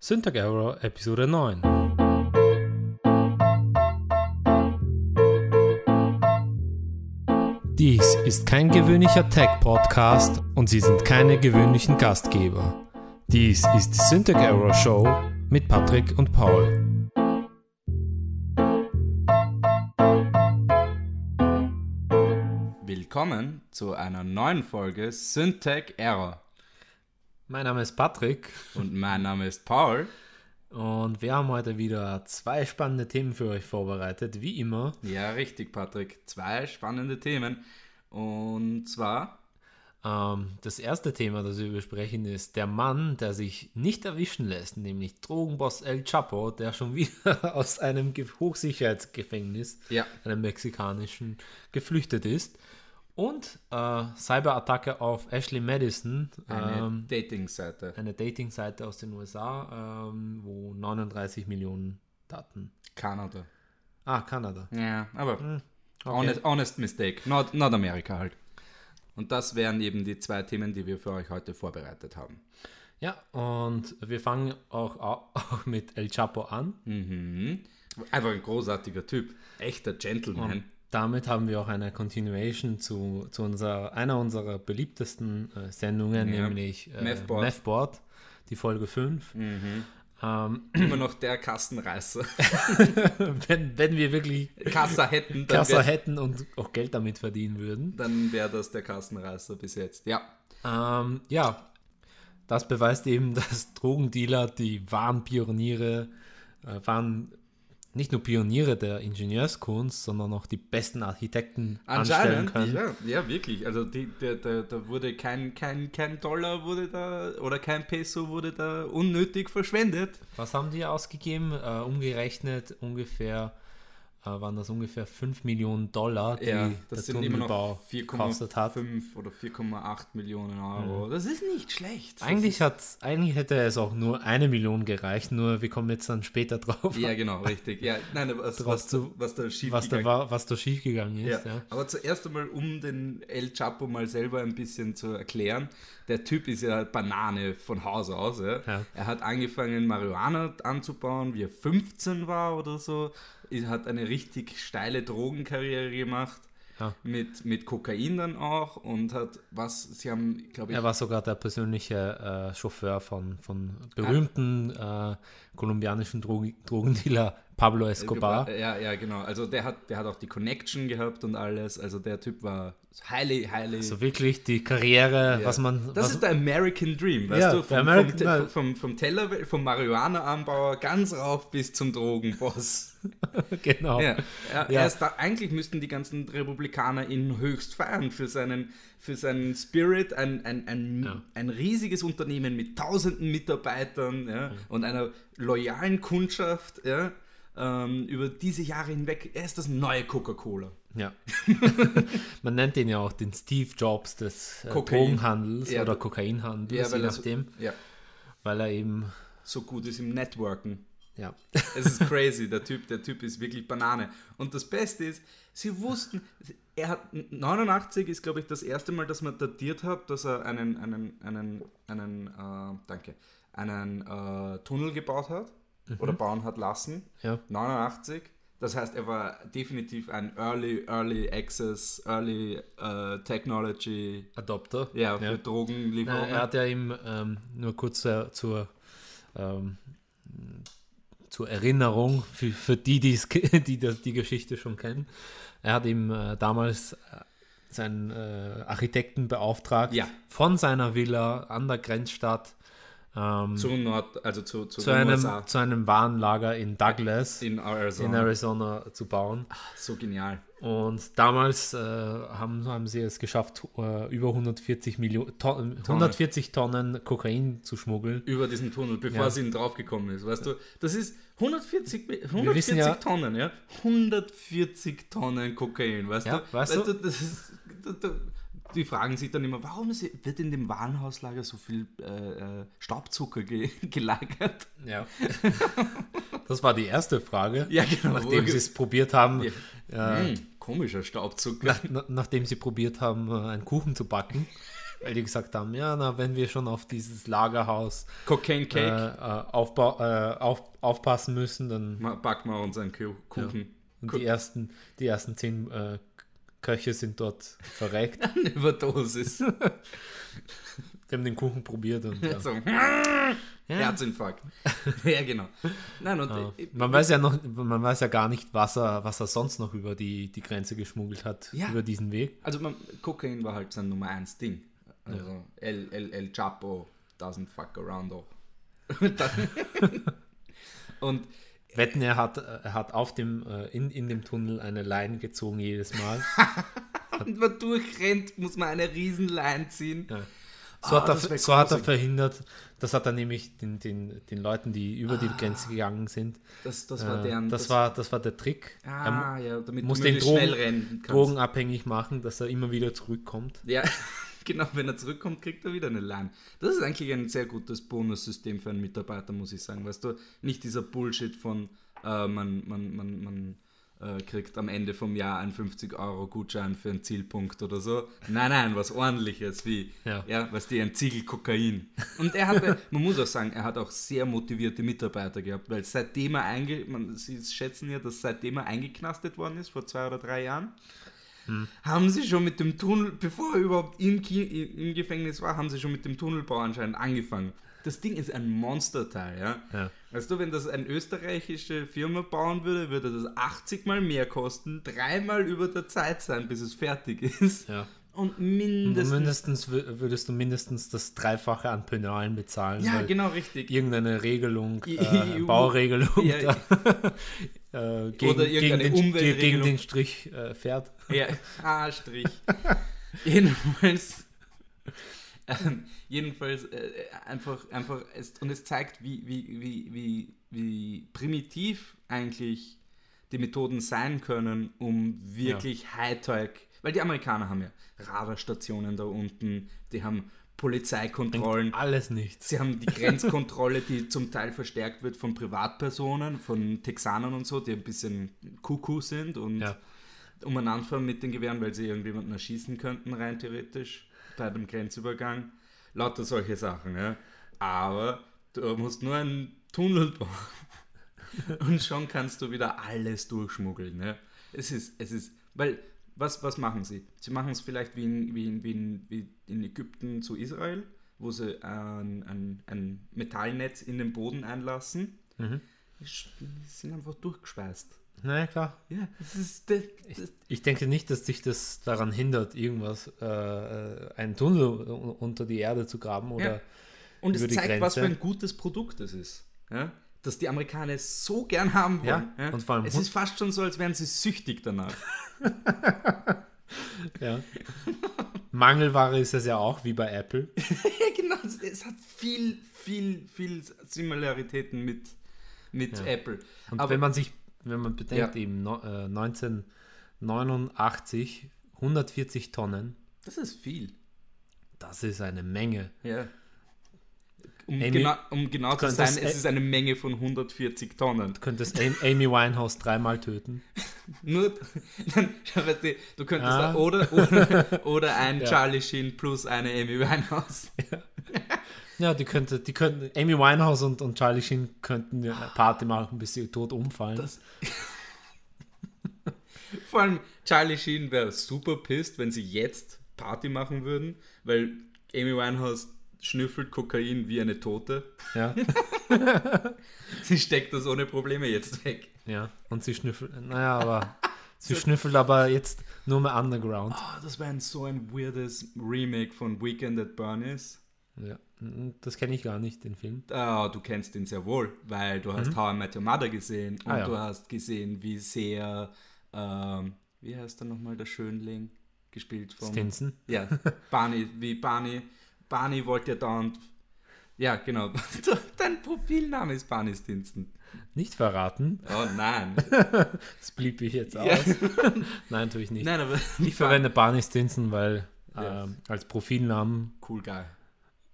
Syntax Error Episode 9. Dies ist kein gewöhnlicher Tech-Podcast und Sie sind keine gewöhnlichen Gastgeber. Dies ist die Syntax Error Show mit Patrick und Paul. Willkommen zu einer neuen Folge Syntech Error. Mein Name ist Patrick Und mein Name ist Paul. und wir haben heute wieder zwei spannende Themen für euch vorbereitet, wie immer. Ja, richtig, Patrick. Zwei spannende Themen. Und zwar, Ähm, das erste Thema, das wir besprechen, ist der Mann, der sich nicht erwischen lässt, nämlich Drogenboss El Chapo, der schon wieder aus einem Ge- Hochsicherheitsgefängnis, Ja. einem mexikanischen, geflüchtet ist. Und äh, Cyberattacke auf Ashley Madison, eine ähm, Dating-Seite. eine Dating-Seite aus den USA, ähm, wo 39 Millionen Daten. Kanada. Ah, Kanada. Ja, aber Hm, okay. honest, honest mistake. Nord Nordamerika halt. Und das wären eben die zwei Themen, die wir für euch heute vorbereitet haben. Ja, und wir fangen auch, au- auch mit El Chapo an. Mhm. Einfach ein großartiger Typ. Echter Gentleman. Damit haben wir auch eine Continuation zu, zu unserer, einer unserer beliebtesten äh, Sendungen, Ja. nämlich äh, Methboard. Methboard, die Folge 5. Ähm, Immer noch der Kassenreißer. wenn, wenn wir wirklich Kassa hätten, dann Kasser wäre hätten und auch Geld damit verdienen würden. dann wär das der Kassenreißer bis jetzt. Ja. Ähm, ja, das beweist eben, dass Drogendealer die wahren Pioniere äh, waren. Nicht nur Pioniere der Ingenieurskunst, sondern auch die besten Architekten anstellen Anscheinend, können. ja, ja, wirklich. Also die, da, da, da wurde kein, kein, kein Dollar wurde da oder kein Peso wurde da unnötig verschwendet. Was haben die ausgegeben? Äh, umgerechnet ungefähr, äh, waren das ungefähr 5 Millionen Dollar, die ja, das der sind immer Tunnelbau noch gekostet hat. 4,5 oder 4,8 Millionen Euro. Das ist nicht schlecht. Das Eigentlich, hat's, eigentlich hätte es auch nur eine Million gereicht, nur wir kommen jetzt dann später drauf, ist, ja, genau, richtig. Ja, nein, aber was, was, zu- was da schief was, da war, was da schiefgegangen Ja. ist. Ja. Aber zuerst einmal, um den El Chapo mal selber ein bisschen zu erklären, der Typ ist ja Banane von Haus aus. Ja. Ja. Er hat angefangen, Marihuana anzubauen, wie er 15 war oder so. Er hat eine richtig steile Drogenkarriere gemacht. Ja. Mit, mit Kokain dann auch und hat was, sie haben, glaube ich, Er war sogar der persönliche äh, Chauffeur von, von berühmten äh, kolumbianischen Drogen, Drogendealer Pablo Escobar. Ja, ja, genau. Also der hat, der hat auch die Connection gehabt und alles. Also der Typ war highly, highly So Also wirklich die Karriere, was man. das was, ist der American Dream, weißt Ja, du? Vom, der American- vom, Te- nein. vom, vom Teller, vom Marihuana-Anbauer ganz rauf bis zum Drogenboss. genau. Ja, er, Ja. Er ist da, eigentlich müssten die ganzen Republikaner ihn höchst feiern für seinen, für seinen Spirit, ein, ein, ein, Ja. ein riesiges Unternehmen mit tausenden Mitarbeitern ja, und einer loyalen Kundschaft ja, ähm, über diese Jahre hinweg. Er ist das neue Coca-Cola. Ja. Man nennt ihn ja auch den Steve Jobs des äh, Kokain. Drogenhandels Ja, oder da- Kokainhandels, je er nachdem, so, ja, weil er eben, so gut ist im Networken. ja, Es ist crazy, der Typ, der Typ ist wirklich Banane. Und das Beste ist, sie wussten, er hat 89 ist, glaube ich, das erste Mal, dass man datiert hat, dass er einen, einen, einen, einen, äh, danke, einen äh, Tunnel gebaut hat Mhm. oder bauen hat lassen. ja, 89. Das heißt, er war definitiv ein Early, Early Access, Early äh, Technology, Adopter. ja, für Ja. Äh, Drogenlieferungen. Er hat ja eben ähm, nur kurz zur, zur, ähm, zur Erinnerung, für, für die, die's, ke- die das, die Geschichte schon kennen, er hat eben äh, damals äh, seinen äh, Architekten beauftragt, Ja. von seiner Villa an der Grenzstadt ähm, zu Nord, also zu, zu, zu, den einem, USA, zu einem Warenlager in Douglas in Arizona. in Arizona zu bauen. so genial. Und damals äh, haben, haben sie es geschafft, äh, über 140, Millio Ton 140 Tonnen Kokain zu schmuggeln. über diesen Tunnel, bevor Ja. sie ihn draufgekommen ist. Weißt du, das ist 140, Mi- 140 wissen ja- Tonnen, ja? 140 Tonnen Kokain, weißt Ja, du? weißt du? das ist, da, da, die fragen sich dann immer, warum ist, wird in dem Warenhauslager so viel äh, äh, Staubzucker ge gelagert? Ja. das war die erste Frage, Ja, genau. nachdem sie es probiert haben, Hm, komischer Staubzucker. nach, nachdem sie probiert haben, äh, einen Kuchen zu backen. weil die gesagt haben, ja, na, wenn wir schon auf dieses Lagerhaus Cocaine äh, Cake. äh, aufbau- äh, auf, aufpassen müssen, dann Ma- backen wir unseren Ku- Kuchen. und die ersten, die ersten zehn äh, Köche sind dort verreckt. Eine Überdosis. Die haben den Kuchen probiert und ja. so. Ja. Herzinfarkt. ja, genau. Nein, und Ja. äh, Man weiß ja noch, man weiß ja gar nicht, was er, was er sonst noch über die, die Grenze geschmuggelt hat, Ja. über diesen Weg. also man, Kokain war halt sein Nummer 1 Ding. Also El, El, El Chapo doesn't fuck around. oh. Und dann- und Wetten, er hat, er hat auf dem, äh, in, in dem Tunnel eine Leine gezogen jedes Mal. wenn man durchrennt, muss man eine Riesenlein ziehen. Ja. So, Ah, hat, er, das wär so hat er gruselig. verhindert, das hat er nämlich den, den, den Leuten, die über die Grenze gegangen sind, Das, Ah. das war äh, deren. das, war, das war der Trick. er mu- Ah, ja, damit muss du den möglichst schnell rennen Drogen, kannst. drogenabhängig machen, dass er immer wieder zurückkommt. Ja, genau, wenn er zurückkommt, kriegt er wieder eine Line. Das ist eigentlich ein sehr gutes Bonussystem für einen Mitarbeiter, muss ich sagen. Weißt du, nicht dieser Bullshit von, äh, man, man, man, man äh, kriegt am Ende vom Jahr einen 50-Euro-Gutschein für einen Zielpunkt oder so. Nein, nein, was ordentliches, wie, Ja. ja, was die, ein Ziegel Kokain. Und er hatte, man muss auch sagen, er hat auch sehr motivierte Mitarbeiter gehabt, weil seitdem er, einge man, sie schätzen ja, dass seitdem er eingeknastet worden ist, vor zwei oder drei Jahren, haben sie schon mit dem Tunnel, bevor er überhaupt im, Ki im Gefängnis war, haben sie schon mit dem Tunnelbau anscheinend angefangen. Das Ding ist ein Monsterteil, ja? Ja. Weißt du, wenn das eine österreichische Firma bauen würde, würde das 80 mal mehr kosten, dreimal über der Zeit sein, bis es fertig ist. Ja. Und mindestens. Mindestens wür- würdest du mindestens das Dreifache an Penalen bezahlen. ja, weil genau richtig. Irgendeine Regelung, I- äh, EU. Bauregelung Ja. da, äh, gegen, gegen, irgendeine den, Umweltregelung. gegen den Strich äh, fährt. Ja, A-Strich. jedenfalls, ähm, jedenfalls äh, einfach, einfach es, und es zeigt, wie, wie, wie, wie, wie primitiv eigentlich die Methoden sein können, um wirklich Hightech, weil die Amerikaner haben ja Radarstationen da unten, die haben Polizeikontrollen, Alles nichts. Sie haben die Grenzkontrolle, die zum Teil verstärkt wird von Privatpersonen, von Texanern und so, die ein bisschen Kuckuck sind und Ja. umeinander fahren mit den Gewehren, weil sie irgendjemanden erschießen könnten, rein theoretisch, bei dem Grenzübergang. Lauter solche Sachen, ja. Aber du musst nur einen Tunnel bauen und schon kannst du wieder alles durchschmuggeln, ja. Es ist, es ist, weil, was, was machen sie? Sie machen es vielleicht wie in, wie, in, wie, in, wie in Ägypten zu Israel, wo sie ein, ein, ein Metallnetz in den Boden einlassen. Mhm. Sch- Sind einfach durchgeschweißt. Na ja, klar. Ja, das ist, das, das, Ich denke nicht, dass dich das daran hindert, irgendwas, äh, äh, einen Tunnel u- unter die Erde zu graben oder Ja. Und über es die zeigt, was für Grenze. ein gutes Produkt es ist. Ja? Dass die Amerikaner es so gern haben wollen. Ja, und vor allem es Hund- ist fast schon so, als wären sie süchtig danach. Ja. Mangelware ist das ja auch, wie bei Apple. ja, genau. Es- Es hat viel, viel, viel Similaritäten mit, mit Apple. Und Aber wenn man sich, wenn man bedenkt, Ja. eben no, äh, 1989 140 Tonnen, das ist viel. das ist eine Menge. Ja. Um, Amy- genau, um genau zu Könntest- sein, es ist eine Menge von 140 Tonnen. Du könntest Am- Amy Winehouse dreimal töten. Nur, dann, schau, weißt du, du könntest Ah. da, oder, oder, oder ein Charlie Sheen plus eine Amy Winehouse. Ja, die könnte, die könnten, Amy Winehouse und, und Charlie Sheen könnten eine Party machen, bis sie tot umfallen. Ah. Das- Vor allem Charlie Sheen wäre super pissed, wenn sie jetzt Party machen würden, weil Amy Winehouse schnüffelt Kokain wie eine Tote. ja, Sie steckt das ohne Probleme jetzt weg. ja. Und sie schnüffelt, naja, aber sie schnüffelt aber jetzt nur mehr Underground. Oh, das wäre ein, so ein weirdes Remake von Weekend at Bernie's. Ja. Und Das kenne ich gar nicht, den Film. Ah, du kennst ihn sehr wohl, weil du hast How I Met Your Mother gesehen und Mhm. Ah, ja. du hast gesehen, wie sehr, ähm, wie heißt er nochmal, der Schönling, gespielt von... Stinson. Ja, Barney, wie Barney. Barney wollte ja dauernd. Ja, genau. Dein Profilname ist Barney Stinson. Nicht verraten. Oh nein. Das blieb ich jetzt Ja. aus. Nein, tue ich nicht. nein, aber. Ich verwende Barney Stinson, weil Ja. ähm, als Profilnamen, Cool geil.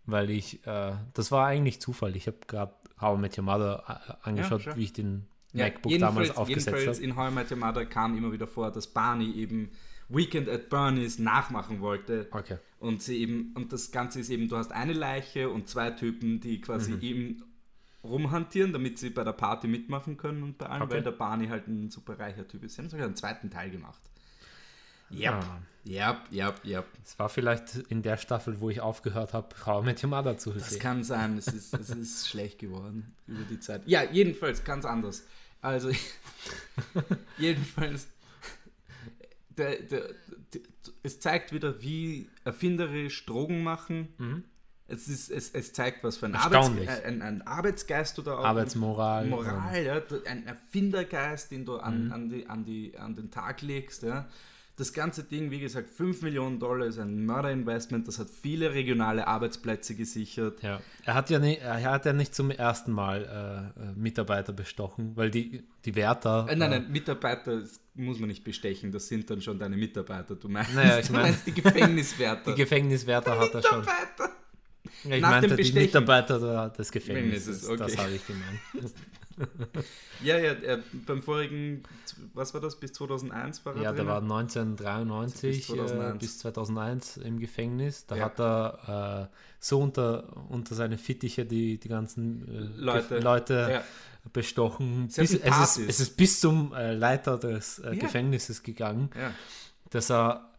weil ich, äh, das war eigentlich Zufall. Ich habe gerade How I Met Your Mother äh, angeschaut, Ja, sure. wie ich den Ja, MacBook jedenfalls- damals aufgesetzt Jedenfalls habe. in How I Met Your Mother kam immer wieder vor, dass Barney eben Weekend at Bernie's nachmachen wollte. Okay. Und sie eben, und das Ganze ist eben, du hast eine Leiche und zwei Typen, die quasi Mhm. eben rumhantieren, damit sie bei der Party mitmachen können und bei allem, Okay. weil der Barney halt ein super reicher Typ ist. Sie haben sogar einen zweiten Teil gemacht. Yep. Ah. Yep, yep, yep. Es war vielleicht in der Staffel, wo ich aufgehört habe, How I Met Your Mother zu Das sehen. kann sein, es ist, es ist schlecht geworden über die Zeit. Ja, jedenfalls ganz anders. Also, jedenfalls, der, der, der, es zeigt wieder, wie erfinderisch Drogen machen. Es, ist, es, es zeigt, was für ein, Erstaunlich. Arbeitsge- ein, ein Arbeitsgeist du da auch Arbeitsmoral. ähm, Moral, Mhm. ja, d- ein Erfindergeist, den du an, an, die, an, die, an den Tag legst. Ja. Das ganze Ding, wie gesagt, 5 Millionen Dollar ist ein Mörderinvestment, das hat viele regionale Arbeitsplätze gesichert. Ja. Er hat ja nicht, er hat ja nicht zum ersten Mal äh, äh, Mitarbeiter bestochen, weil die, die Wärter. Äh, nein, nein, Mitarbeiter das muss man nicht bestechen, das sind dann schon deine Mitarbeiter. Du meinst, Naja, ich du mein- meinst die Gefängniswärter. Die Gefängniswärter hat er schon. Mitarbeiter! Ja, Ich Nach dem meinte die Bestechen. Mitarbeiter da- des Gefängnisses. Gefängnisses, okay. Das habe ich gemeint. Ja, ja, äh, beim vorigen, was war das, bis 2001 war er Ja, der drinnen? war 1993 Bis bis 2001, äh, bis 2001. 2001 im Gefängnis. Da Ja. hat er äh, so unter, unter seine Fittiche die, die ganzen äh, Leute. Gef- Leute Ja. bestochen. Sie hatten Bis, es, ist, Partys. es ist bis zum äh, Leiter des äh, Ja. Gefängnisses gegangen, Ja. dass er,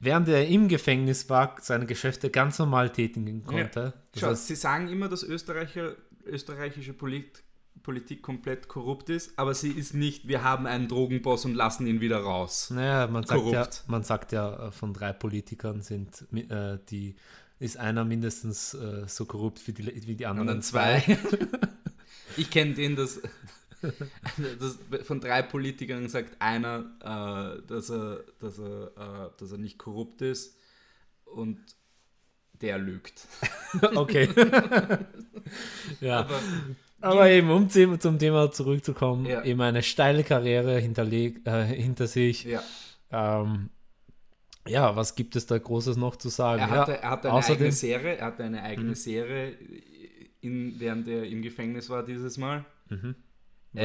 während er im Gefängnis war, seine Geschäfte ganz normal tätigen konnte. Das Schau, heißt, sie sagen immer, dass Österreicher, österreichische Polit, Politik komplett korrupt ist, aber sie ist nicht, wir haben einen Drogenboss und lassen ihn wieder raus. Naja, man sagt, ja, Korrupt. man sagt ja, äh, von drei Politikern sind mi- äh, die ist einer mindestens äh, so korrupt wie die, wie die anderen, Sondern zwei. ich kenne den, dass, dass von drei Politikern sagt einer, äh, dass, er, dass, er, äh, dass er nicht korrupt ist und der lügt. okay. ja. Aber, Aber eben, um zum, zum Thema zurückzukommen, Ja. eben eine steile Karriere hinterleg, äh, hinter sich. ja, Ähm, ja, was gibt es da Großes noch zu sagen? er, ja, hatte, er hatte eine außerdem, Mhm. eigene Serie, er hatte eine eigene Serie, in, während er im Gefängnis war dieses Mal. was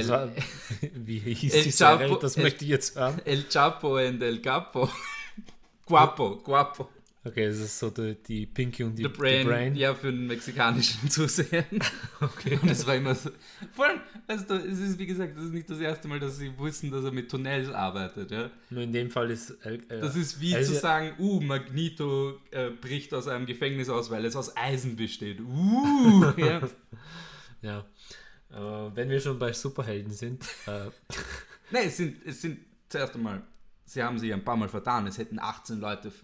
El- war, wie hieß El die Serie? Chapo- Das El- möchte ich jetzt hören. El Chapo und El Capo. Guapo, Guapo. Okay, das ist so die, die Pinky und die The Brain, The Brain. Ja, für den mexikanischen Zuseher. Okay. Und es war immer so. Vor allem, weißt du, es ist wie gesagt, das ist nicht das erste Mal, dass sie wussten, dass er mit Tunnels arbeitet. Ja? Nur in dem Fall ist El, äh, Das ist wie El- zu sagen, uh, Magneto äh, bricht aus einem Gefängnis aus, weil es aus Eisen besteht. Uh, ja. Ja. Äh, wenn wir schon bei Superhelden sind, äh, Nein, es sind, es sind zuerst einmal, sie haben sich ein paar Mal vertan. Es hätten 18 Leute, f-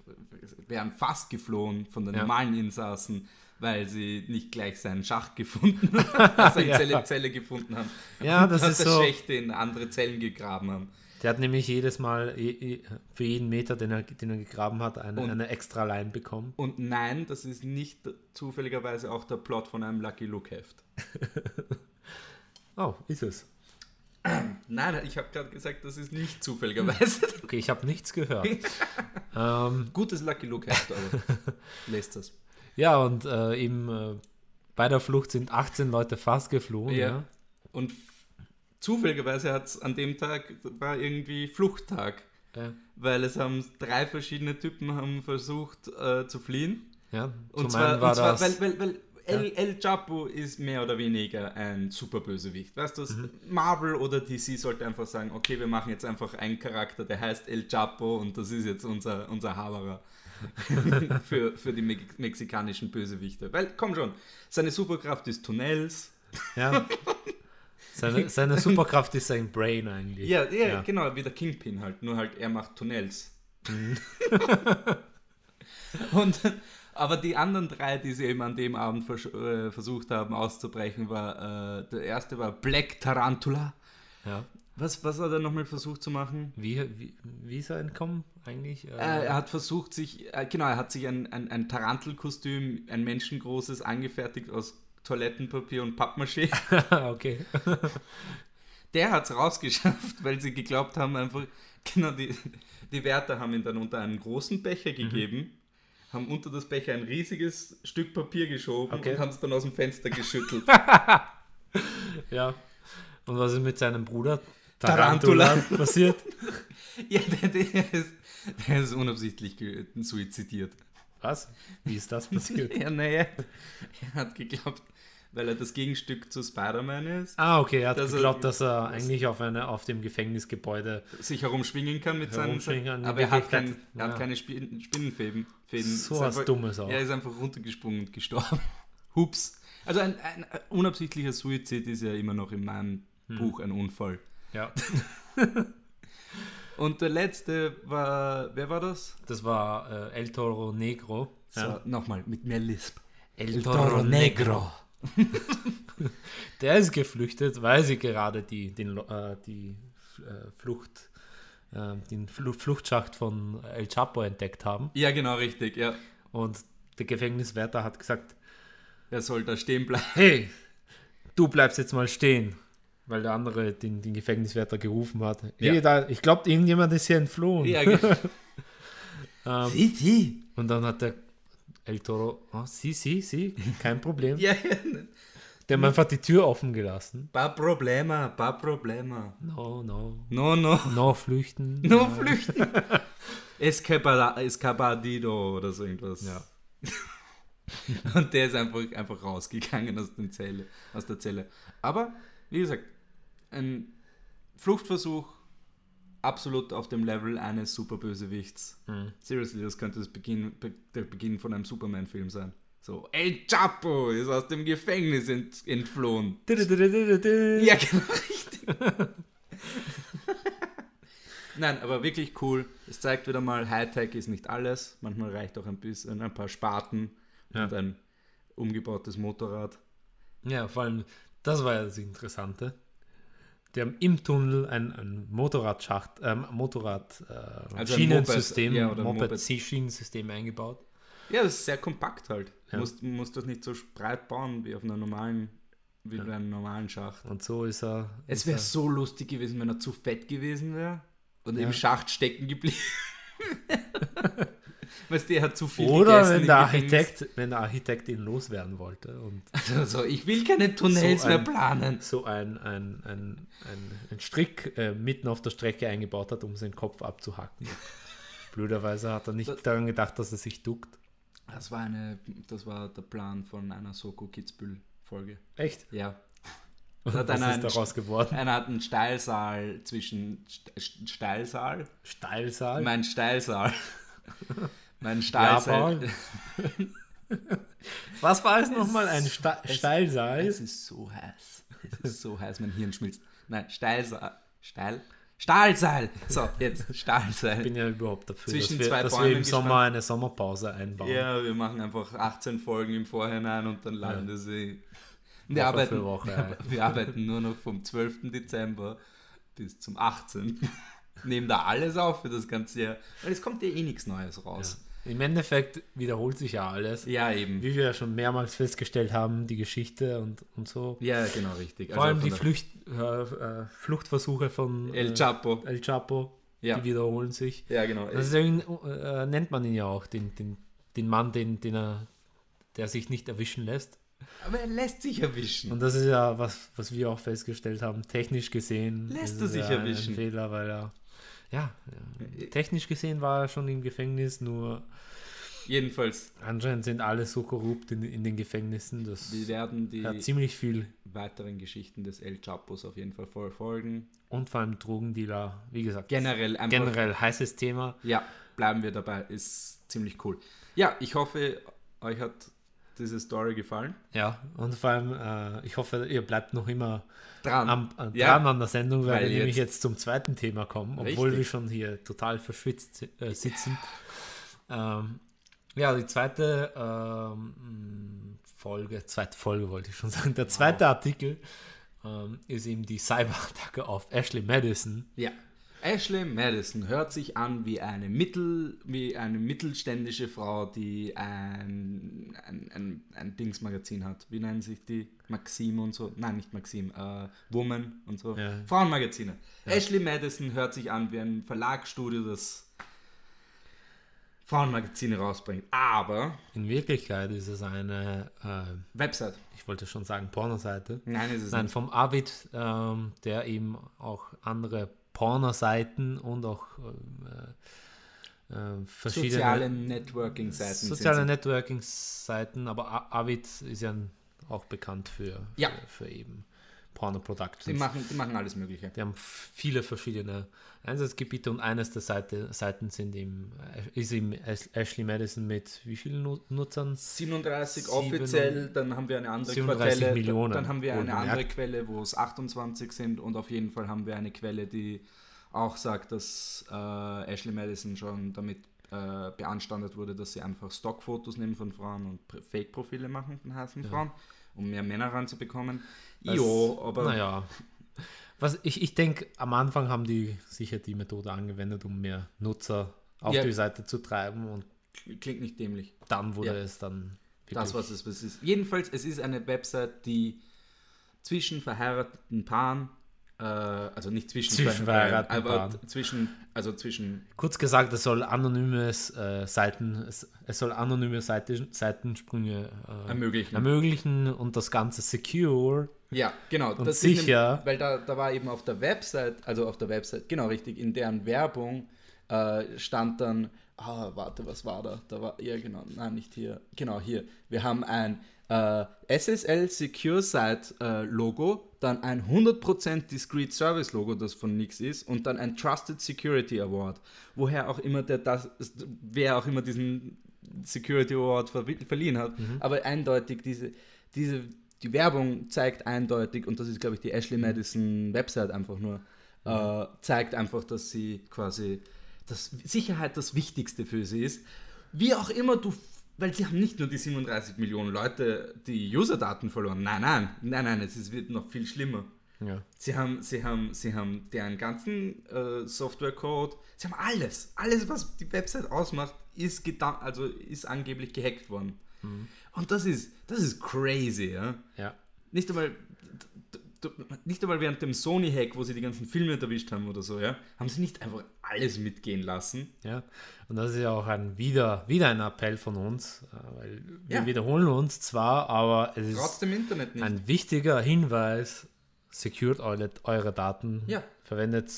wären fast geflohen von den Ja. normalen Insassen, weil sie nicht gleich seinen Schach gefunden haben, seine Ja. Zelle, Zelle gefunden haben. Ja, Und das hat ist der so. Schächte in andere Zellen gegraben haben. der hat nämlich jedes Mal je- je- für jeden Meter, den er, den er gegraben hat, eine, Und- eine extra Line bekommen. Und nein, das ist nicht zufälligerweise auch der Plot von einem Lucky Look Heft. Oh, ist es. Nein, ich habe gerade gesagt, das ist nicht zufälligerweise. Okay, ich habe nichts gehört. ähm, Gutes Lucky Look Heft, aber lest das. ja, und äh, eben äh, bei der Flucht sind 18 Leute fast geflohen. Ja. Ja. Und f- zufälligerweise hat es an dem Tag, war irgendwie Fluchttag, Ja. Äh, weil es haben drei verschiedene Typen haben versucht äh, zu fliehen. ja. Und Zum zwar, einen war und zwar das. weil, weil, weil El, El Chapo ist mehr oder weniger ein Superbösewicht. Weißt du, Mhm. Marvel oder DC sollte einfach sagen, okay, wir machen jetzt einfach einen Charakter, der heißt El Chapo und das ist jetzt unser, unser Haberer für, für die Mex mexikanischen Bösewichte. Weil, komm schon, seine Superkraft ist Tunnels. ja. Seine, seine Superkraft ist sein Brain eigentlich. Ja, ja, Ja. genau, wie der Kingpin halt, nur halt er macht Tunnels. und, aber die anderen drei, die sie eben an dem Abend versch- äh, versucht haben auszubrechen, war, äh, der erste war Black Tarantula. Ja. Was, was hat er nochmal versucht zu machen? Wie, wie, wie ist er entkommen eigentlich? Äh, Äh, er hat versucht sich, äh, genau, er hat sich ein, ein, ein Tarantelkostüm, ein menschengroßes, angefertigt aus Toilettenpapier und Pappmaché. okay. Der hat's rausgeschafft, weil sie geglaubt haben, einfach, genau, die, die Wärter haben ihn dann unter einen großen Mhm. Becher gegeben, haben unter das Becher ein riesiges Stück Papier geschoben Okay. und haben es dann aus dem Fenster geschüttelt. Ja. Und was ist mit seinem Bruder? Tarantula, Tarantula. passiert. Ja, der, der, ist, der ist unabsichtlich ge- suizidiert. Was? Wie ist das passiert? Ja, naja, er hat geglaubt, weil er das Gegenstück zu Spider-Man ist, Ah, okay, er hat Dass er- geglaubt, dass er eigentlich auf, eine, auf dem Gefängnisgebäude sich herumschwingen kann mit seinen. Herumschwingen, aber er hat, Wirklichkeit, kein, er hat ja. keine Spin Spinnenfäden. Fäden. So Ist was Dummes auch. Er ist einfach runtergesprungen und gestorben. Hups. Also ein, ein unabsichtlicher Suizid ist ja immer noch in meinem Hm. Buch ein Unfall. Ja, Und der letzte war, wer war das? das war äh, El Toro Negro. Ja. So, nochmal, mit mehr Lisp. El Toro Negro. Der ist geflüchtet, weil sie gerade die, den, Lo- äh, die äh, Flucht, äh, den Flu Fluchtschacht von El Chapo entdeckt haben. Ja, genau, richtig. Ja. Und der Gefängniswärter hat gesagt, Er soll da stehen bleiben. hey, du bleibst jetzt mal stehen. Weil der andere den, den Gefängniswärter gerufen hat. Hey, Ja. da, ich glaube, irgendjemand ist hier entflohen. Ja, genau. Ähm, Siti. Und dann hat der El Toro, oh, sie, sie, sie, kein Problem. Ja, ja. Der hat einfach die Tür offen gelassen. Paar Probleme, paar Probleme. No, no. No, no. No flüchten. No flüchten. Escapara- Escapadido oder so irgendwas. Ja. Und der ist einfach, einfach rausgegangen aus, den Zelle, aus der Zelle. Aber, wie gesagt, ein Fluchtversuch absolut auf dem Level eines Superbösewichts. Seriously, das könnte das Beginn, be- der Beginn von einem Superman-Film sein. So, El Chapo ist aus dem Gefängnis ent, entflohen. Ja. Ja, genau, richtig. Nein, aber wirklich cool. Es zeigt wieder mal, Hightech ist nicht alles. Manchmal reicht auch ein bisschen ein paar Spaten Ja. und ein umgebautes Motorrad. ja, vor allem, das war ja das Interessante. Die haben im Tunnel ein, ein Motorradschacht, ähm, Motorrad, äh, Also Moped, Schienensystem, ja, oder Moped, Moped. C-Schienensystem eingebaut. Ja, das ist sehr kompakt halt. Ja. Musst, musst das nicht so breit bauen wie auf einer normalen, wie bei einem normalen Schacht. Und so ist er. Es ist wäre er- so lustig gewesen, wenn er zu fett gewesen wäre und Ja. im Schacht stecken geblieben. weißt du, er hat zu viel Oder gegessen wenn im der Gefängnis. Architekt, wenn der Architekt ihn loswerden wollte und Also, ich will keine Tunnels So ein- mehr planen. so ein, ein, ein, ein, ein Strick äh, mitten auf der Strecke eingebaut hat, um seinen Kopf abzuhacken. Blöderweise hat er nicht daran gedacht, dass er sich duckt. Das war eine, das war der Plan von einer Soko Kitzbühel Folge. Echt? Ja. Und Hat was einer ist einen daraus geworden? Einer hat einen Steilsaal zwischen St- St- Steilsaal. Steilsaal? Mein Steilsaal. Mein Äh. ja, Steilsaal. Paul. Was war es nochmal? Ein Sta es- Steilsaal? es ist so heiß. Es ist so heiß, mein Hirn schmilzt. Nein, Steilsaal. Steil. Stahlseil! So, jetzt Ich Stahlseil. bin ja überhaupt dafür, Zwischen dass zwei wir, dass wir Bäumen im Sommer gespannt. eine Sommerpause einbauen. Ja, wir machen einfach 18 Folgen im Vorhinein und dann landen sie. Wir für arbeiten, Woche, wir, ja. ar- wir arbeiten nur noch vom 12. Dezember bis zum 18. Nehmen da alles auf für das ganze Jahr. Weil es kommt ja eh nichts Neues raus. Im Endeffekt wiederholt sich ja alles. Ja, eben. Wie wir ja schon mehrmals festgestellt haben, die Geschichte und, und so. Ja, genau, richtig. Vor allem von die der- Flücht, äh, äh, Fluchtversuche von El Chapo. Äh, El Chapo, Ja. die wiederholen sich. Ja, genau. Das ist irgendwie, äh, nennt man ihn ja auch, den, den, den Mann, den, den er, der sich nicht erwischen lässt. Aber er lässt sich erwischen. Und das ist ja was, was wir auch festgestellt haben. Technisch gesehen Lässt ist er es sich ja ein- erwischen. Äh, Ein Fehler, weil er ja, ja, technisch gesehen war er schon im Gefängnis, nur Jedenfalls, anscheinend sind alle so korrupt in, in den Gefängnissen, dass wir werden die ja, ziemlich viel weiteren Geschichten des El Chapos auf jeden Fall verfolgen. und vor allem Drogendealer, wie gesagt, Generell einfach. generell heißes Thema. Ja, bleiben wir dabei. Ist ziemlich cool. Ja, ich hoffe, euch hat diese Story gefallen. Ja, und vor allem, äh, ich hoffe, ihr bleibt noch immer Dran. am, an, Ja. dran an der Sendung, weil, Weil wir nämlich jetzt- jetzt zum zweiten Thema kommen, obwohl Richtig. wir schon hier total verschwitzt äh, sitzen. Ähm, ja, die zweite ähm, Folge, zweite Folge wollte ich schon sagen, der zweite Artikel ähm, ist eben die Cyberattacke auf Ashley Madison. Ja. Ashley Madison hört sich an wie eine, Mittel, wie eine mittelständische Frau, die ein, ein, ein, ein Dingsmagazin hat. Wie nennen sich die? Maxim und so? Nein, nicht Maxim. Äh, Woman und so. Ja. Frauenmagazine. Ashley Madison hört sich an wie ein Verlagsstudio, das Frauenmagazine rausbringt. Aber In Wirklichkeit ist es eine, äh, Website. ich wollte schon sagen, Pornoseite. Nein, ist es Nein, nicht. vom Avid, ähm, der eben auch andere Pornoseiten und auch äh, äh, verschiedene Soziale Networking-Seiten. soziale sind sie. Networking-Seiten, aber A- Avid ist ja auch bekannt für, Ja. für, für eben Porno-Productions. Die machen, die machen alles Mögliche. Die haben viele verschiedene Einsatzgebiete und eines der Seite, Seiten sind im, äh, ist im Ash- Ashley Madison mit wie vielen Nu- Nutzern? 37 Sieben- offiziell, dann haben wir eine andere 37 Quelle, Millionen, dann haben wir eine wohlgemerkt. andere Quelle, wo es 28 sind und auf jeden Fall haben wir eine Quelle, die auch sagt, dass äh, Ashley Madison schon damit äh, beanstandet wurde, dass sie einfach Stockfotos nehmen von Frauen und Pr- Fake-Profile machen von heißen Frauen, um mehr Männer ranzubekommen. Das- Jo, aber Naja. Was ich, ich denke, am Anfang haben die sicher die Methode angewendet, um mehr Nutzer auf Ja. die Seite zu treiben und klingt nicht dämlich. dann wurde Ja. es dann Das, was es was es ist. Jedenfalls, es ist eine Website, die zwischen verheirateten Paaren, äh, also nicht zwischen, Zwischen verheirateten aber Paaren. zwischen, also zwischen, Kurz gesagt, es soll anonymes äh, Seiten, es, es soll anonyme Seite, Seitensprünge äh, Ermöglichen. ermöglichen und das Ganze secure. ja, genau. Und ist nämlich- sicher. weil da, da war eben auf der Website, also auf der Website, genau richtig, in deren Werbung äh, stand dann, ah, warte, was war da? Da war, ja genau, nein, nicht hier, genau hier. Wir haben ein äh, SSL Secure Site äh, Logo, dann ein 100% Discrete Service Logo, das von nix ist, und dann ein Trusted Security Award. Woher auch immer der das, wer auch immer diesen Security Award ver verliehen hat, Mhm. aber eindeutig diese, diese, die Werbung zeigt eindeutig, und das ist, glaube ich, die Ashley Madison Website einfach nur, äh, zeigt einfach, dass sie quasi, dass Sicherheit das Wichtigste für sie ist. Wie auch immer du, weil sie haben nicht nur die 37 Millionen Leute die Userdaten verloren. Nein, nein, nein, nein, es ist, wird noch viel schlimmer. Ja. Sie haben, sie haben, sie haben deren ganzen äh, Softwarecode, sie haben alles, alles, was die Website ausmacht, ist geda also ist angeblich gehackt worden. Und das ist, das ist crazy, ja. ja. Nicht einmal, d- d- nicht einmal während dem Sony-Hack, wo sie die ganzen Filme erwischt haben oder so, ja, haben sie nicht einfach alles mitgehen lassen. Ja, und das ist ja auch ein wieder, wieder ein Appell von uns, äh, weil wir Ja. wiederholen uns zwar, aber es ist Trotzdem Internet nicht. ein wichtiger Hinweis, secured eure, eure Daten, Ja. verwendet,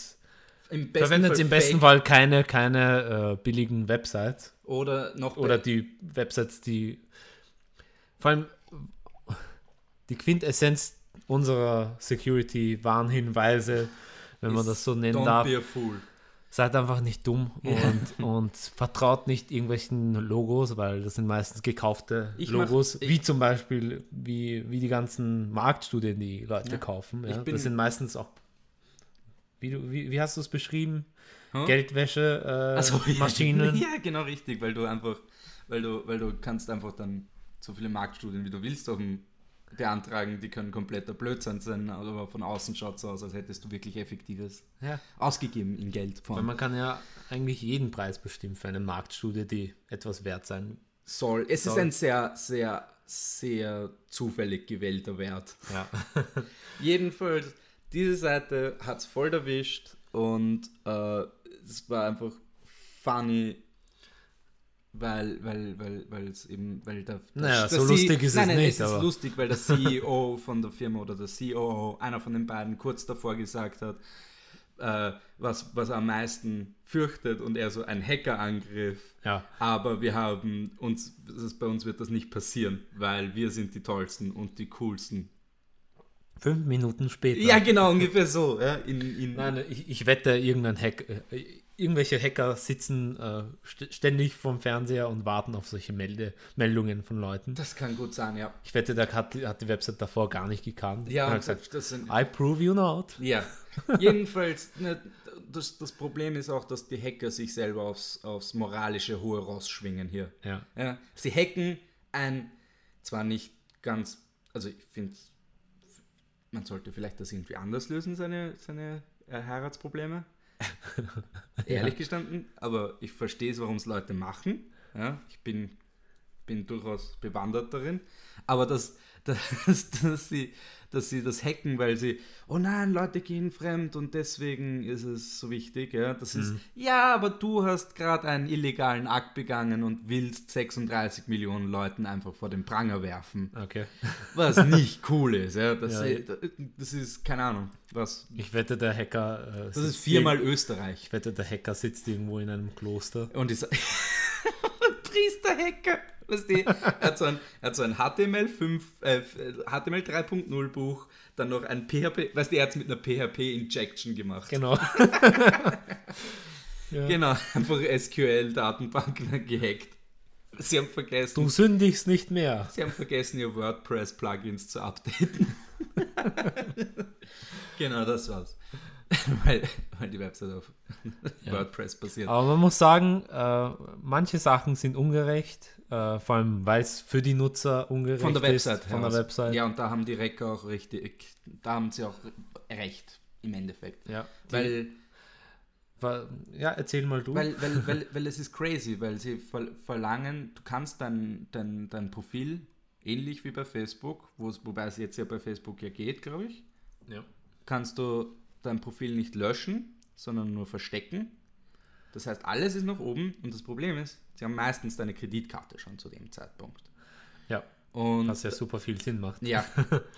Im besten verwendet Fall im besten fake Fall keine, keine äh, billigen Websites Oder noch oder die Websites, die vor allem die Quintessenz unserer Security-Warnhinweise, wenn man ist das so nennen Don't darf, be a fool. Seid einfach nicht dumm und, und vertraut nicht irgendwelchen Logos, weil das sind meistens gekaufte Ich mach- Logos, ich- wie zum Beispiel wie, wie die ganzen Marktstudien, die Leute Ja, kaufen. ich Ja? bin- Das sind meistens auch, wie, du, wie, wie hast du es beschrieben? Hm? Geldwäsche, äh, Ach so, ja. Maschinen. Ja, genau richtig, weil du einfach, weil du, weil du kannst einfach dann so viele Marktstudien, wie du willst, auf dem beantragen, die können kompletter Blödsinn sein, aber von außen schaut es aus, als hättest du wirklich Effektives Ja. ausgegeben in Weil Geldform. man kann ja eigentlich jeden Preis bestimmen für eine Marktstudie, die etwas wert sein. Soll. Es ist Soll. ein sehr, sehr, sehr zufällig gewählter Wert. Ja. Jedenfalls, diese Seite hat es voll erwischt und äh, es war einfach funny, weil, weil, weil, weil es eben, weil da. Naja, das so lustig ist es nein, nein, nicht, Es ist aber- lustig, weil der CEO von der Firma oder der COO, einer von den beiden, kurz davor gesagt hat, äh, was, was er am meisten fürchtet und er so ein Hackerangriff. ja. Aber wir haben uns, das ist, bei uns wird das nicht passieren, weil wir sind die tollsten und die coolsten Fünf Minuten später. ja, genau, ungefähr so. Ja, in, in Nein, ich, ich wette, irgendein Hack, äh, irgendwelche Hacker sitzen äh, st ständig vorm Fernseher und warten auf solche Melde Meldungen von Leuten. das kann gut sein, ja. Ich wette, der hat, die- hat die Website davor gar nicht gekannt. Ja, Er hat und gesagt, das sind, I prove you not. ja. jedenfalls, ne, das, das Problem ist auch, dass die Hacker sich selber aufs, aufs moralische hohe Ross schwingen hier. Ja. Ja, sie hacken ein, zwar nicht ganz, also ich finde, man sollte vielleicht das irgendwie anders lösen, seine, seine äh, Heiratsprobleme. Ehrlich gestanden, aber ich verstehe es, warum es Leute machen. Ja, ich bin, bin durchaus bewandert darin. Aber dass, dass, dass, sie, dass sie das hacken, weil sie, oh nein, Leute gehen fremd und deswegen ist es so wichtig. Ja, das ist, ja, aber du hast gerade einen illegalen Akt begangen und willst 36 Millionen Leuten einfach vor den Pranger werfen. Okay. Was nicht cool ist. Ja, das, Ja. das ist, keine Ahnung, was. Ich wette, der Hacker. Äh, Das ist sitzt viermal irgend- Österreich. Ich wette, der Hacker sitzt irgendwo in einem Kloster. Und ist. Priesterhacker! Weißt du, er hat so ein, er hat so ein HTML5, äh, HTML 3.0 Buch, dann noch ein PHP, weißt du, er hat es mit einer PHP-Injection gemacht. Genau. ja. Genau, einfach SQL-Datenbank gehackt. Sie haben vergessen. Du sündigst nicht mehr. Sie haben vergessen, ihr WordPress-Plugins zu updaten. genau, das war's. weil, weil die Website auf WordPress basiert. Aber man muss sagen, äh, manche Sachen sind ungerecht, äh, vor allem weil es für die Nutzer ungerecht Von der Website. ist. Von der heraus. Website. Ja, und da haben die Recker auch richtig, da haben sie auch recht im Endeffekt. Ja, die, Weil, wa- ja, erzähl mal du. weil, weil, weil, weil es ist crazy, weil sie ver verlangen, du kannst dein, dein, dein Profil, ähnlich wie bei Facebook, wo es- wobei es jetzt ja bei Facebook ja geht, glaube ich, ja. kannst du dein Profil nicht löschen, sondern nur verstecken. Das heißt, alles ist noch oben und das Problem ist, sie haben meistens deine Kreditkarte schon zu dem Zeitpunkt. ja, Und was ja super viel Sinn macht. Ja.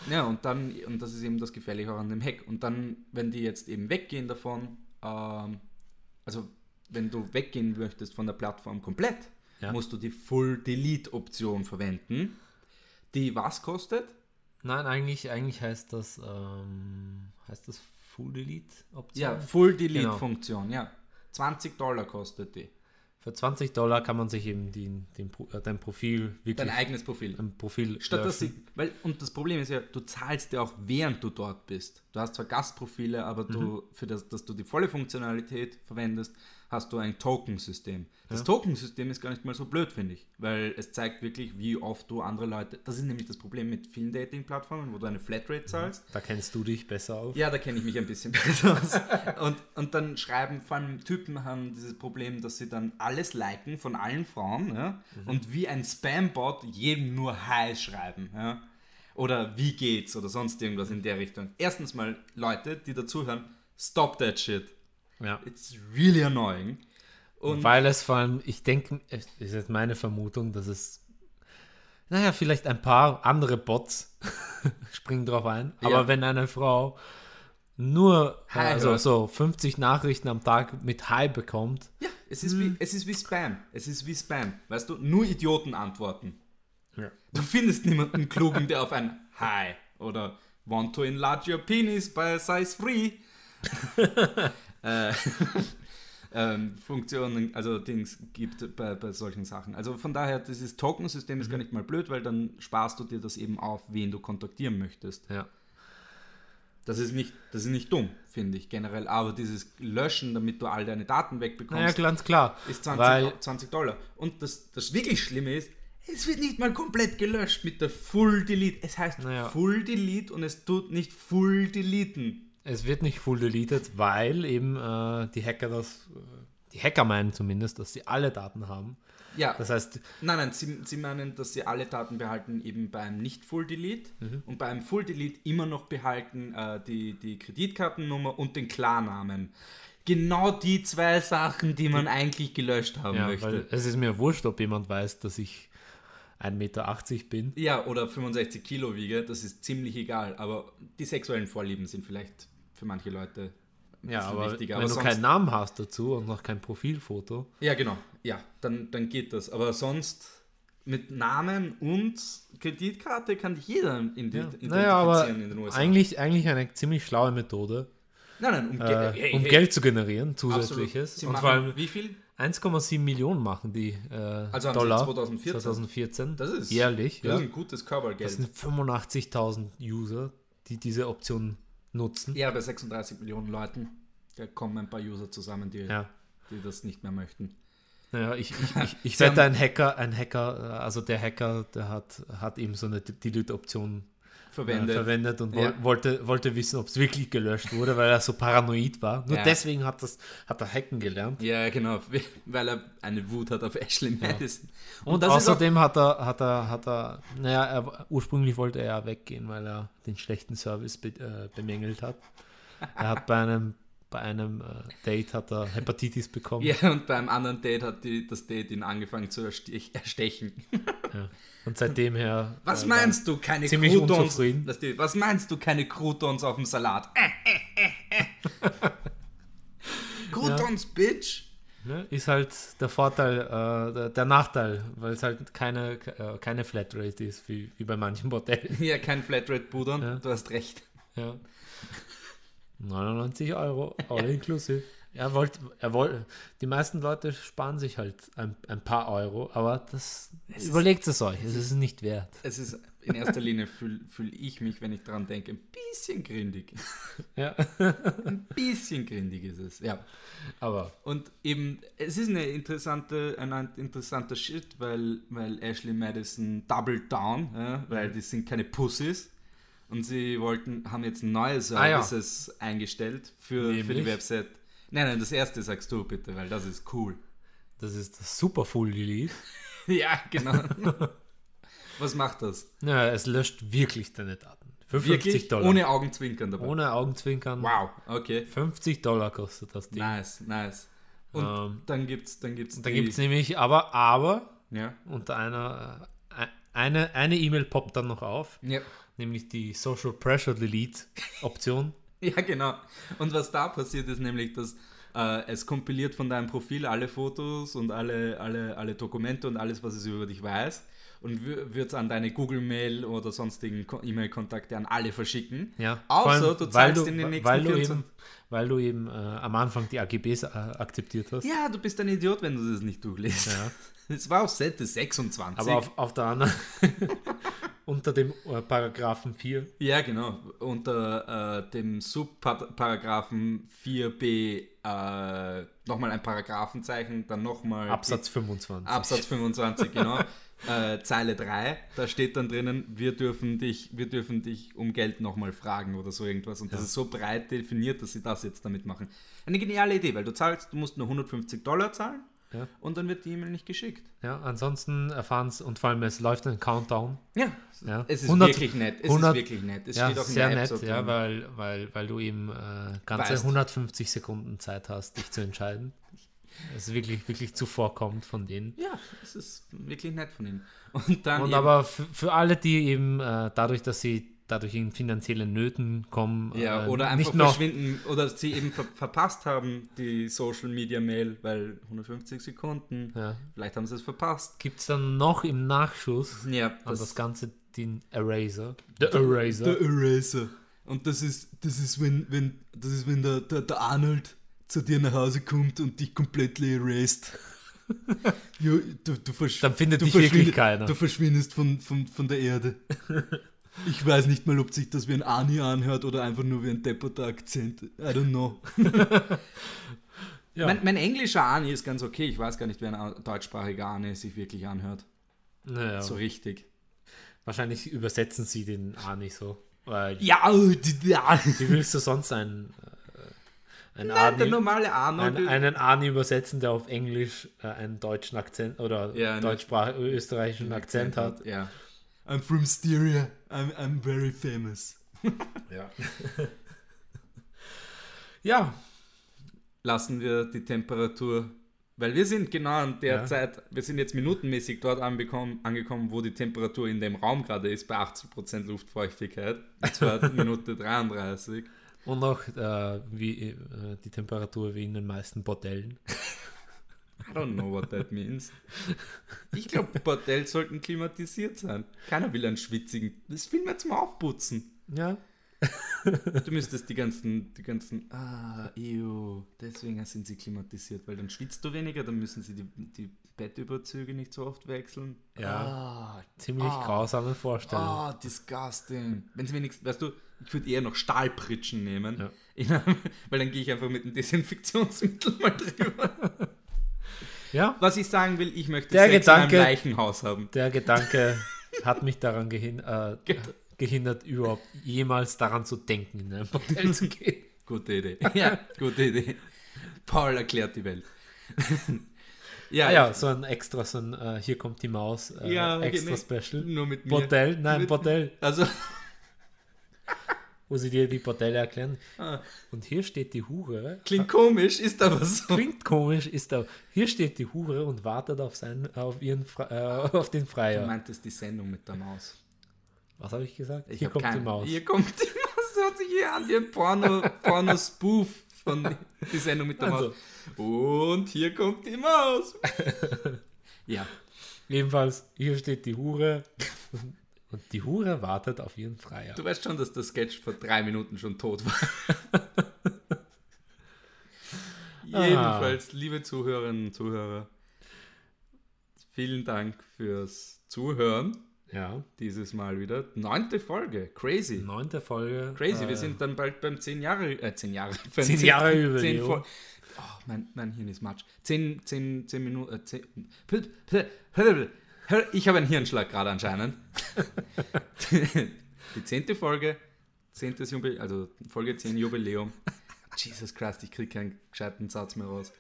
ja, und dann, und das ist eben das Gefährliche auch an dem Hack. Und dann, wenn die jetzt eben weggehen davon, ähm, also wenn du weggehen möchtest von der Plattform komplett, Ja. musst du die Full-Delete-Option verwenden, die was kostet? Nein, eigentlich, eigentlich heißt das, ähm, heißt das Full Delete Option. Ja, Full-Delete-Funktion, ja. 20 Dollar kostet die. Für 20 Dollar kann man sich eben die, den, Pro- äh, dein Profil Dein wirklich eigenes Profil. ein Profil Statt dass löschen. sie, weil, und das Problem ist ja, du zahlst ja auch während du dort bist. Du hast zwar Gastprofile, aber du, für das, dass du die volle Funktionalität verwendest, hast du ein Token-System. Das Token-System ist gar nicht mal so blöd, finde ich, weil es zeigt wirklich, wie oft du andere Leute, das ist nämlich das Problem mit vielen Dating-Plattformen, wo du eine Flatrate zahlst. Da kennst du dich besser aus. Ja, da kenne ich mich ein bisschen besser aus. Und, und dann schreiben, vor allem Typen haben dieses Problem, dass sie dann alles liken von allen Frauen ja? und wie ein Spam-Bot jedem nur Hi schreiben. Ja? Oder wie geht's oder sonst irgendwas in der Richtung. Erstens mal, Leute, die dazuhören, stop that shit. Ja. It's really annoying. Und Weil es vor allem, ich denke, es ist jetzt meine Vermutung, dass es, naja, vielleicht ein paar andere Bots springen drauf ein. Aber Ja. wenn eine Frau nur Hi also, hört. so 50 Nachrichten am Tag mit Hi bekommt, ja, es ist, wie, es ist wie Spam. Es ist wie Spam. Weißt du, nur Idioten antworten. Du findest niemanden klugen, der auf ein Hi oder Want to enlarge your penis by size 3 äh, ähm, Funktionen, also Dings gibt bei, bei solchen Sachen. Also von daher, dieses Token-System ist gar nicht mal blöd, weil dann sparst du dir das eben auf, wen du kontaktieren möchtest. ja. Das ist nicht, das ist nicht dumm, finde ich generell. Aber dieses Löschen, damit du all deine Daten wegbekommst, Naja, ganz klar. ist 20, weil, 20 Dollar. Und das, das wirklich Schlimme ist, es wird nicht mal komplett gelöscht mit der Full Delete. Es heißt Naja. Full Delete und es tut nicht Full Deleten. es wird nicht full deleted, weil eben äh, die Hacker das, äh, die Hacker meinen zumindest, dass sie alle Daten haben. Ja, Das heißt, nein, nein, sie, sie meinen, dass sie alle Daten behalten, eben beim Nicht-Full Delete Mhm. und beim Full Delete immer noch behalten äh, die, die Kreditkartennummer und den Klarnamen. Genau die zwei Sachen, die man eigentlich gelöscht haben ja, möchte. weil es ist mir wurscht, ob jemand weiß, dass ich 1,80 Meter bin. Ja, oder 65 Kilo wiege, das ist ziemlich egal. Aber die sexuellen Vorlieben sind vielleicht für manche Leute ein Ja, bisschen aber wichtiger. wenn aber du sonst, keinen Namen hast dazu und noch kein Profilfoto, ja, genau. Ja, dann, dann geht das. Aber sonst mit Namen und Kreditkarte kann dich jeder indi- identifizieren naja, aber in den USA. eigentlich, eigentlich eine ziemlich schlaue Methode, nein, nein, um, Ge äh, hey, um hey, Geld zu generieren, absolut. zusätzliches. Sie Und machen vor allem wie viel? 1,7 Millionen machen die äh, Also haben sie Dollar 2014. 2014, Das ist jährlich. Das ja. ist ein gutes Körpergeld. Das sind 85.000 User, die diese Option nutzen. ja, bei 36 Millionen Leuten. Da kommen ein paar User zusammen, die, Ja. die das nicht mehr möchten. Naja, ich, ich, ich, ich Sie haben- wette, ein Hacker, ein Hacker, äh, also der Hacker, der hat, hat eben so eine D- Delete-Option äh, verwendet. verwendet und Ja. woll- wollte, wollte wissen, ob es wirklich gelöscht wurde, weil er so paranoid war. Nur Ja. deswegen hat, das, hat er hacken gelernt. Ja, genau, weil er eine Wut hat auf Ashley Madison. Und, außerdem hat er, hat er, hat er, naja, er, ursprünglich wollte er ja weggehen, weil er den schlechten Service be, äh, bemängelt hat. Er hat bei einem, bei einem äh, Date hat er Hepatitis bekommen. Ja, und beim anderen Date hat die, das Date ihn angefangen zu erstech, erstechen. Ja. Und seitdem her. Was äh, meinst du, keine ziemlich Croutons? unzufrieden. Weißt du, Was meinst du, keine Croutons auf dem Salat? Äh, äh, äh, äh. Croutons, Bitch! Ne, ist halt der Vorteil, äh, der, der Nachteil, weil es halt keine, äh, keine Flatrate ist, wie, wie bei manchen Bordellen. Ja, kein Flatrate Budon, Ja. du hast recht. Ja. 99 Euro, all inclusive. Er wollte, er wollte, die meisten Leute sparen sich halt ein, ein paar Euro, aber das überlegt es euch, es ist nicht wert. Es ist in erster Linie fühle fühl ich mich, wenn ich dran denke, ein bisschen grindig. Ja. Ein bisschen grindig ist es, ja. Aber Und eben, es ist eine interessante, ein ein interessanter Shit, weil, weil Ashley Madison doubled down, ja, weil Mhm. die sind keine Pussys. Und sie wollten, haben jetzt Ah, neue ja. Services eingestellt für, für die Nämlich? Website. Nein, nein, das erste sagst du bitte, weil das ist cool. das ist das Superfull Relief. ja, genau. Was macht das? Naja, es löscht wirklich deine Daten. Für 50 Wirklich? Dollar. Ohne Augenzwinkern dabei. Ohne Augenzwinkern. Wow, okay. 50 Dollar kostet das Ding. Nice, nice. Und Ähm, dann gibt's, dann gibt's, Da die- gibt es nämlich aber, aber ja. unter einer, äh, eine eine E-Mail poppt dann noch auf, ja. nämlich die Social Pressure Delete Option. Ja, genau. Und was da passiert ist nämlich, dass äh, es kompiliert von deinem Profil alle Fotos und alle, alle, alle Dokumente und alles, was es über dich weiß und wird es an deine Google-Mail oder sonstigen Ko- E-Mail-Kontakte an alle verschicken. Ja, vor Außer allem, du weil zahlst in den nächsten weil du 14 eben, weil du eben äh, am Anfang die AGBs äh, akzeptiert hast. Ja, du bist ein Idiot, wenn du das nicht durchliest. Ja. Es war auf Seite 26. aber auf, auf der anderen, unter dem äh, Paragraphen 4, ja, genau. Unter äh, dem Subparagraphen 4b äh, nochmal ein Paragraphenzeichen, dann nochmal Absatz 25. Absatz 25, genau. äh, Zeile 3, da steht dann drinnen, wir dürfen dich, wir dürfen dich um Geld nochmal fragen oder so irgendwas. Und das ist so breit definiert, dass sie das jetzt damit machen. Eine geniale Idee, weil du zahlst, du musst nur 150 Dollar zahlen Ja. und dann wird die E-Mail nicht geschickt. Ja, ansonsten erfahren es, und vor allem es läuft ein Countdown. Ja, Ja. es ist 100 wirklich nett. Es 100 ist wirklich nett. Es ja, steht auch in sehr der App nett, so ja, drin. weil, weil, weil du eben äh, ganze Weißt. 150 Sekunden Zeit hast, dich zu entscheiden. Es ist wirklich, wirklich zuvorkommend von denen. ja, es ist wirklich nett von ihnen. Und dann Und eben- aber für, für alle, die eben äh, dadurch, dass sie dadurch in finanzielle Nöten kommen, Ja, äh, oder einfach nicht noch, verschwinden oder sie eben ver verpasst haben, die Social Media Mail, weil 150 Sekunden, Ja. vielleicht haben sie es verpasst. gibt es dann noch im Nachschuss Ja, an das das Ganze den Eraser. The Eraser. Eraser. Und das ist, das ist, wenn, wenn, das ist, wenn der, der, der Arnold zu dir nach Hause kommt und dich komplett erased. Jo, du, du versch- Dann findet du dich wirklich verschwinde- keiner. Du verschwindest von, von, von der Erde. Ich weiß nicht mal, ob sich das wie ein Ani anhört oder einfach nur wie ein depperter Akzent. I don't know. Ja. Mein, mein englischer Ani ist ganz okay. Ich weiß gar nicht, wer ein deutschsprachiger Ani sich wirklich anhört. Naja, So richtig. wahrscheinlich übersetzen sie den A nicht so. Weil, Ja, oh, die- ja. Wie willst du sonst einen, äh, einen Nein, der Arnie- normale Arnold. Ein, einen Arni übersetzen, der auf Englisch äh, einen deutschen Akzent oder Ja, ne. deutschsprach österreichischen Akzent hat. Ja. I'm from Styria. I'm, I'm very famous. Ja. ja, Lassen wir die Temperatur, weil wir sind genau an der Ja. Zeit, wir sind jetzt minutenmäßig dort anbekommen, angekommen, wo die Temperatur in dem Raum gerade ist, bei 80% Luftfeuchtigkeit. Und zwar Minute 33. und auch äh, wie, äh, die Temperatur wie in den meisten Bordellen. I don't know what that means. Ich glaube, Bordells sollten klimatisiert sein. Keiner will einen schwitzigen. Das will man zum Aufputzen. Ja, Du müsstest die ganzen, die ganzen. Ah, ew. Deswegen sind sie klimatisiert, weil dann schwitzt du weniger, dann müssen sie die, die Bettüberzüge nicht so oft wechseln. Ja. Ah, ziemlich grausame Vorstellung. Ah, disgusting. Wenn sie wenigstens, weißt du, ich würde eher noch Stahlpritschen nehmen, Ja. In einem- weil dann gehe ich einfach mit dem Desinfektionsmittel mal drüber. Ja, Was ich sagen will, ich möchte Der Sex in Gedanke- einem Leichenhaus haben. der Gedanke hat mich daran gehin, äh, Get- gehindert, gehindert, überhaupt jemals daran zu denken, ne? in ein Bordell zu gehen. Gute Idee. Ja. Gute Idee. Paul erklärt die Welt. Ah ja, so ein extra, so ein äh, Hier kommt die Maus äh, Ja, extra genau. Special. Nur mit mir. Bordell, nein, Mit- Bordell, Also, wo sie dir die Bordelle erklären. ah, Und hier steht die Hure. klingt komisch, ist aber so. Klingt komisch, ist da. Hier steht die Hure und wartet auf, seinen, auf, ihren, Fre- äh, auf den Du Freier. meintest die Sendung mit der Maus. Was habe ich gesagt? Ich hier hab kommt keine- die Maus. Hier kommt die Maus. Hört sich hier an wie ein Porno, Porno-Spoof von die Sendung mit der Also. Maus. Und hier kommt die Maus. ja, Jedenfalls, hier steht die Hure und- und die Hure wartet auf ihren Freier. du weißt schon, dass der Sketch vor drei Minuten schon tot war. Ah. Jedenfalls, liebe Zuhörerinnen und Zuhörer, vielen Dank fürs Zuhören. Ja, Dieses Mal wieder. Neunte Folge. Crazy. neunte Folge. Crazy, äh, wir sind dann bald beim 10 Jahre, äh, 10 Ah, Jahre, beim 10 Jahre Jubiläum. Fol- oh, mein, mein Hirn ist matsch. 10, 10, 10 Minuten, äh, 10, Pl- pl- pl- pl- ich habe einen Hirnschlag gerade anscheinend. Die zehnte Folge, zehntes Jubiläum, also Folge 10 Jubiläum. Jesus Christ, ich kriege keinen gescheiten Satz mehr raus.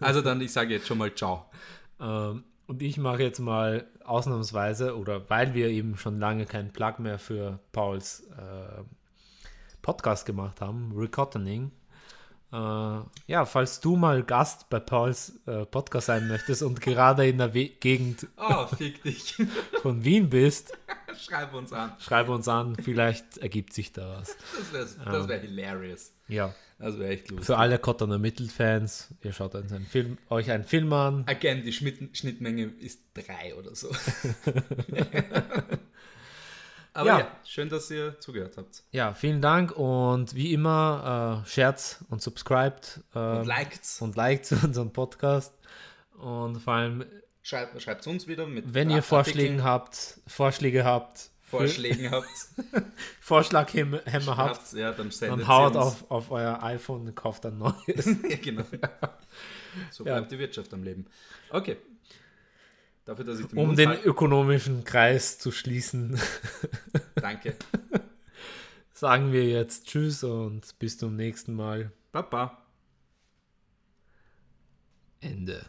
Also dann, ich sage jetzt schon mal Ciao. Ähm, und ich mache jetzt mal ausnahmsweise, oder weil wir eben schon lange keinen Plug mehr für Pauls äh, Podcast gemacht haben, Recottening. Äh, ja, falls du mal Gast bei Pauls äh, Podcast sein möchtest und gerade in der We Gegend Oh, fick dich. von Wien bist, Schreib uns an. schreibe uns an, vielleicht ergibt sich da was. Das wäre das wär hilarious. Ja, Das wäre echt lustig. für alle Cottoner Mittelfans, ihr schaut uns einen Film, euch einen Film an. Again, die Schnitt Schnittmenge ist drei oder so. Aber Ja. ja. schön, dass ihr zugehört habt. Ja, vielen Dank und wie immer, äh, shared und subscribed. ähm, Und liked's. und liked unseren Podcast. Und vor allem, Schreibt schreibt's uns wieder mit wenn ihr Artikeln, Vorschläge habt, Vorschläge habt, Vorschlägen habt, Vorschlaghämmer Hämmer habt, habt, ja, dann sendet dann haut sie uns. auf, auf euer iPhone und kauft ein neues. ja, genau. So Ja. bleibt die Wirtschaft am Leben. Okay. Dafür, dass ich den Um Mund den halte, ökonomischen Kreis zu schließen, danke. sagen wir jetzt Tschüss und bis zum nächsten Mal. Papa. Ende.